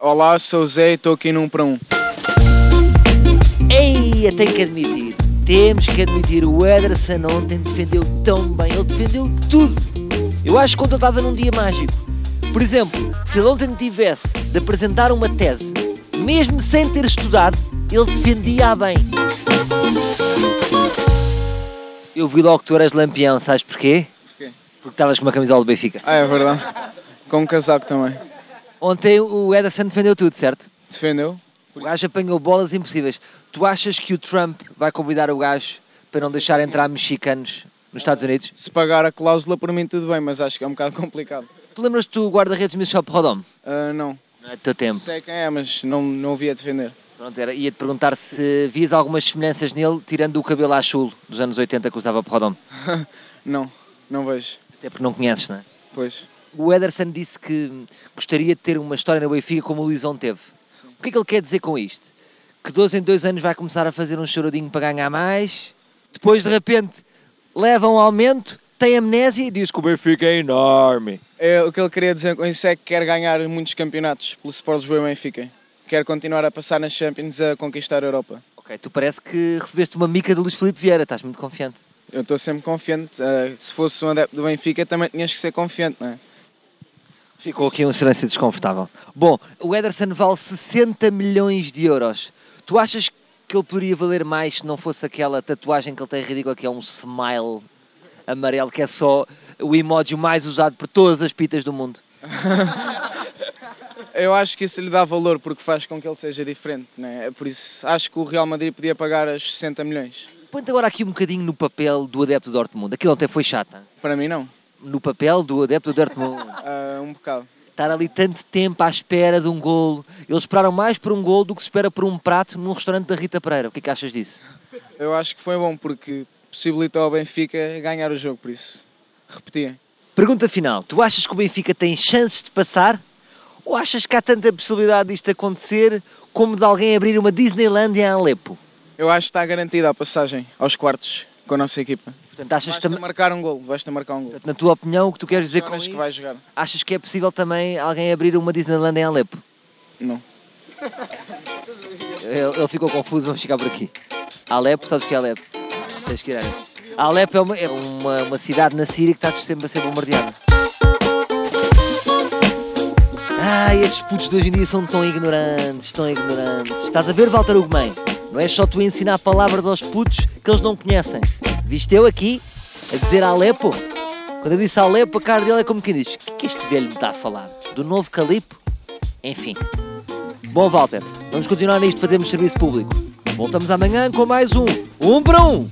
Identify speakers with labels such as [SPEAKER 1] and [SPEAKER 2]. [SPEAKER 1] Olá, sou Zé e estou aqui num para um.
[SPEAKER 2] Ei, eu tenho que admitir. Temos que admitir, o Ederson ontem defendeu tão bem, ele defendeu tudo. Eu acho que ontem eu estava num dia mágico. Por exemplo, se ele ontem tivesse de apresentar uma tese, mesmo sem ter estudado, ele defendia a bem. Eu vi logo que tu eras lampião, sabes porquê?
[SPEAKER 1] Porquê?
[SPEAKER 2] Porque estavas com uma camisola do Benfica.
[SPEAKER 1] Ah, é verdade. Com um casaco também.
[SPEAKER 2] Ontem o Ederson defendeu tudo, certo?
[SPEAKER 1] Defendeu?
[SPEAKER 2] O gajo apanhou bolas impossíveis. Tu achas que o Trump vai convidar o gajo para não deixar entrar mexicanos nos Estados Unidos?
[SPEAKER 1] Se pagar a cláusula por mim tudo bem, mas acho que é um bocado complicado.
[SPEAKER 2] Tu lembras-te do guarda-redes Michel Rodom?
[SPEAKER 1] Ah, não.
[SPEAKER 2] Não é do teu tempo.
[SPEAKER 1] Sei quem é, mas não, não o vi a defender.
[SPEAKER 2] Pronto, era, ia-te perguntar se vias algumas semelhanças nele, tirando o cabelo à chulo dos anos 80 que usava Rodom.
[SPEAKER 1] Não, não vejo.
[SPEAKER 2] Até porque não conheces, não é?
[SPEAKER 1] Pois.
[SPEAKER 2] O Ederson disse que lustaria de ter uma história na Benfica como o Lisão teve. O que é que ele quer dizer com isto? Que dois em dois anos vai começar a fazer um choradinho para ganhar mais, depois de repente leva um aumento, tem amnésia e diz que o Benfica é enorme.
[SPEAKER 1] É, o que ele queria dizer com isso é que quer ganhar muitos campeonatos pelo Sport Lisboa e Benfica. Quer continuar a passar nas Champions a conquistar a Europa.
[SPEAKER 2] Ok, tu parece que recebeste uma mica do Luís Filipe Vieira, estás muito confiante.
[SPEAKER 1] Eu estou sempre confiante. ah, se fosse um adepto do Benfica também tinhas que ser confiante, não é?
[SPEAKER 2] Ficou aqui um silêncio desconfortável. Bom, o Ederson vale 60 milhões de euros. Tu achas que ele poderia valer mais se não fosse aquela tatuagem que ele tem ridícula, que é um smile amarelo, que é só o emoji mais usado por todas as pitas do mundo?
[SPEAKER 1] Eu acho que isso lhe dá valor porque faz com que ele seja diferente, né? É Por isso, acho que o Real Madrid podia pagar as 60 milhões.
[SPEAKER 2] Põe-te agora aqui um bocadinho no papel do adepto do Dortmund. Aquilo ontem foi chata.
[SPEAKER 1] Para mim, não.
[SPEAKER 2] No papel do adepto do Dortmund.
[SPEAKER 1] Ah, um bocado.
[SPEAKER 2] Estar ali tanto tempo à espera de um golo. Eles esperaram mais por um golo do que se espera por um prato num restaurante da Rita Pereira. O que é que achas disso?
[SPEAKER 1] Eu acho que foi bom porque possibilitou ao Benfica ganhar o jogo, por isso. Repetia.
[SPEAKER 2] Pergunta final: tu achas que o Benfica tem chances de passar? Ou achas que há tanta possibilidade disto acontecer como de alguém abrir uma Disneylandia em Alepo?
[SPEAKER 1] Eu acho que está garantida a passagem aos quartos com a nossa equipa.
[SPEAKER 2] Portanto, achas
[SPEAKER 1] Basta
[SPEAKER 2] também,
[SPEAKER 1] marcar um gol, basta marcar um gol.
[SPEAKER 2] na tua opinião, o que tu queres dizer
[SPEAKER 1] Que
[SPEAKER 2] com
[SPEAKER 1] horas
[SPEAKER 2] isso?
[SPEAKER 1] que vai jogar?
[SPEAKER 2] Achas que é possível também alguém abrir uma Disneylandia em Alepo?
[SPEAKER 1] Não.
[SPEAKER 2] Ele, ele ficou confuso, vamos ficar por aqui. Alepo, sabes o que é Alepo? Tens que ir a Alepo. Alepo é uma, é uma- uma cidade na Síria que está sempre a ser bombardeada. Ai, estes putos de hoje em dia são tão ignorantes, tão ignorantes. Estás a ver, Walter Ugumem? Não é só tu ensinar palavras aos putos que eles não conhecem. Viste eu aqui a dizer Alepo? Quando eu disse Alepo, a cara dele é como quem diz: O que é que este velho me está a falar? Do novo Calipo? Enfim. Bom, Walter, vamos continuar nisto, fazemos serviço público. Voltamos amanhã com mais um. Um para um!